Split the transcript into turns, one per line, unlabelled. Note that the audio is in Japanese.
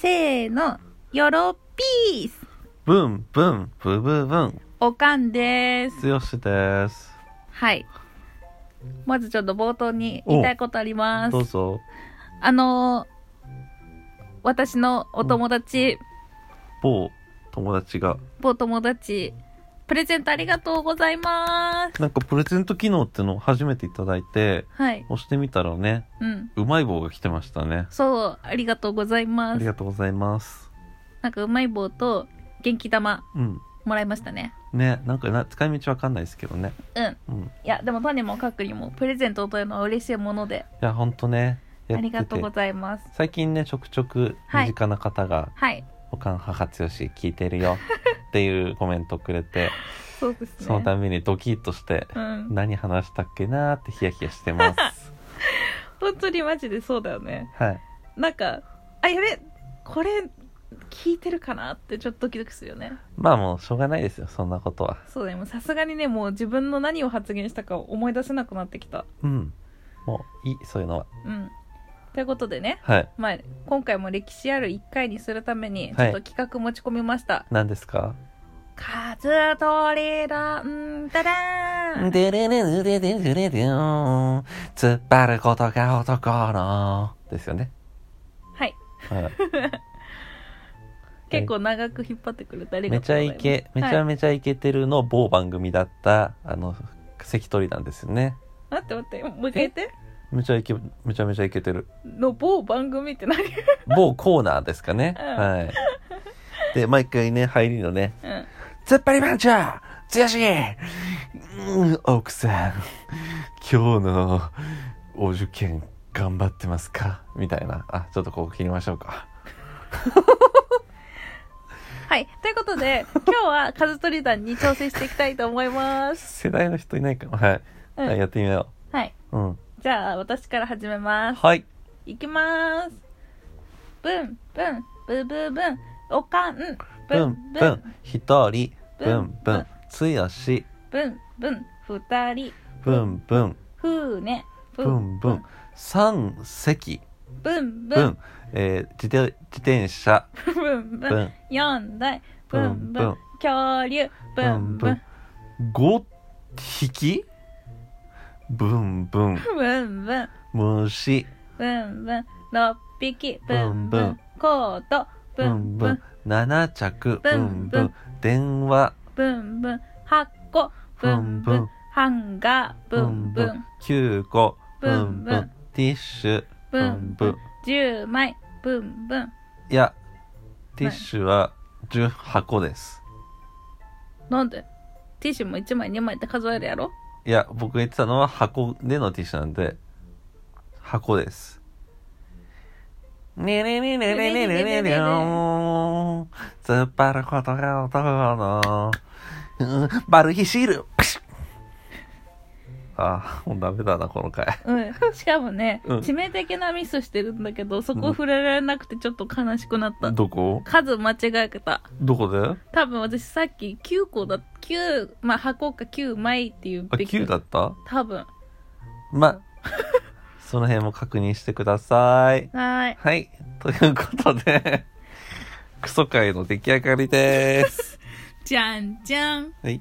せーの、よろぴーす
ブンブンブブブン
おかんです。
剛です
はい。まずちょっと冒頭に言いたいことあります
ど。うぞ
あのー私のお友達、
某友達が
某友達、プレゼントありがとうございます。
なんかプレゼント機能ってのを初めていただいて
はい。
押してみたらね
うん。
うまい棒が来てましたね
そう、ありがとうござい
あ
ま
り
す。
がとうございます
なんかうまい棒と元気玉
うん
もらいましたね。
ねなんかな使い道わかんないですけどね
うん。
うんい
いや、でもとにもかくにもプレゼントというのは嬉しいもので、
やほんとね
あ
やって
り
て
がとうございます。
最近ねちょくちょく
はい
身近な方が
はい。
「おかん母剛聞いてるよ」っていうコメントくれて
そうですね。
そのためにドキッとして
うん。
何話したっけなーってヒヤヒヤし てます。
本当にマジでそうだよね。
はい。
なんか、あ、やべ、これ、聞いてるかなってちょっとドキドキするよね。
まあもうしょうがないですよ、そんなことは。
そうだよ、もうさすがにね、もう自分の何を発言したか思い出せなくなってきた。
うん。もういい、そういうのは。
うん。ということでね、
はい。
まあ、今回も歴史ある1回にするために、ちょ
は
っ
い
と企画持ち込みました。
何ですか
カズトリランダラーン
でれれれれれれれれん。突っ張ることが男の。ですよね。
はい。
はい。
結構長く引っ張ってくれてありが
め
と
ち
う
ゃ
ございま
イ
す。
ケ、めち
は
ゃ
い
めちゃイケてるの某番組だった、あの、関取なんですよね。
待って待って、もう一回言って。
めちゃイケ、めちゃめちゃイケてる。
の某番組って何
某コーナーですかね。
うん
はい。で、毎回ね、入りのね、
うん。
突っ張り番長強しうん、奥さん、今日のお受験頑張ってますかみたいな。あ、ちょっとここ切りましょうか。
はい。ということ で、今日は数取り団に挑戦していきたいと思います。
世代の人いないかも。はい。
うん
はい、やってみよ
はい。
う。うん。
じゃあ、私から始めます。
はい。
いきます。ブン、ブン、ブブブン、おかん、ブ
ブ
ン、
ン、
ブ
ブ
ン、
ン、一人、ブン、ブ
ブン
ン、強し、
ブン、ブン、二人、
ブン、ブン、
ふうね、
ブン、ブン、三席、
ブン、ブ
ブ
ン
ン、、えー、自転自転車、
ブン、ブ
ブ
ン、
ン、
四台、ブン、ブ
ブンブ
ン
ン、
恐竜、ブン、ブン、
五匹、ブン、ブン、
ブン、ブン、
虫、
ブン、ブン、六匹、ブン、ブ
ブ
ン
ンブン、
コート、ブ
ブ
ン、
ン
ブ
ブ
ン
ン、7着
ブ
ブ
ン
ン
ブン
ブン電話
ブンブン、八個、ブンブ
ブンブ
ン
ン、
ハンガー、ブンブン、
9個
ブ
ブ
ン
ン
ブン
ブンティッシュ
ブンブン、十枚、ブンブン。
いやティッシュは10箱です
なんでティッシュも一枚二枚って数えるやろ
いや僕が言ってたのは箱でのティッシュなんで箱ですねねねねねねねねね突っ張ることが男のうんバルヒシールプシュッあーもうダメだなこの回
うん。しかもね、
うん
致命的なミスしてるんだけど、そこ
うん
触れられなくてちょっと悲しくなった。
どこ
数間違えてた。
どこで
多分私さっき9個だ、9、まあ箱か9枚っていう
あ、
べき
9だった
多分。は
ま、その辺も確認してください。
ーい。
はい。ということで、クソ会の出来上がりです。
じゃんじゃん。
はい。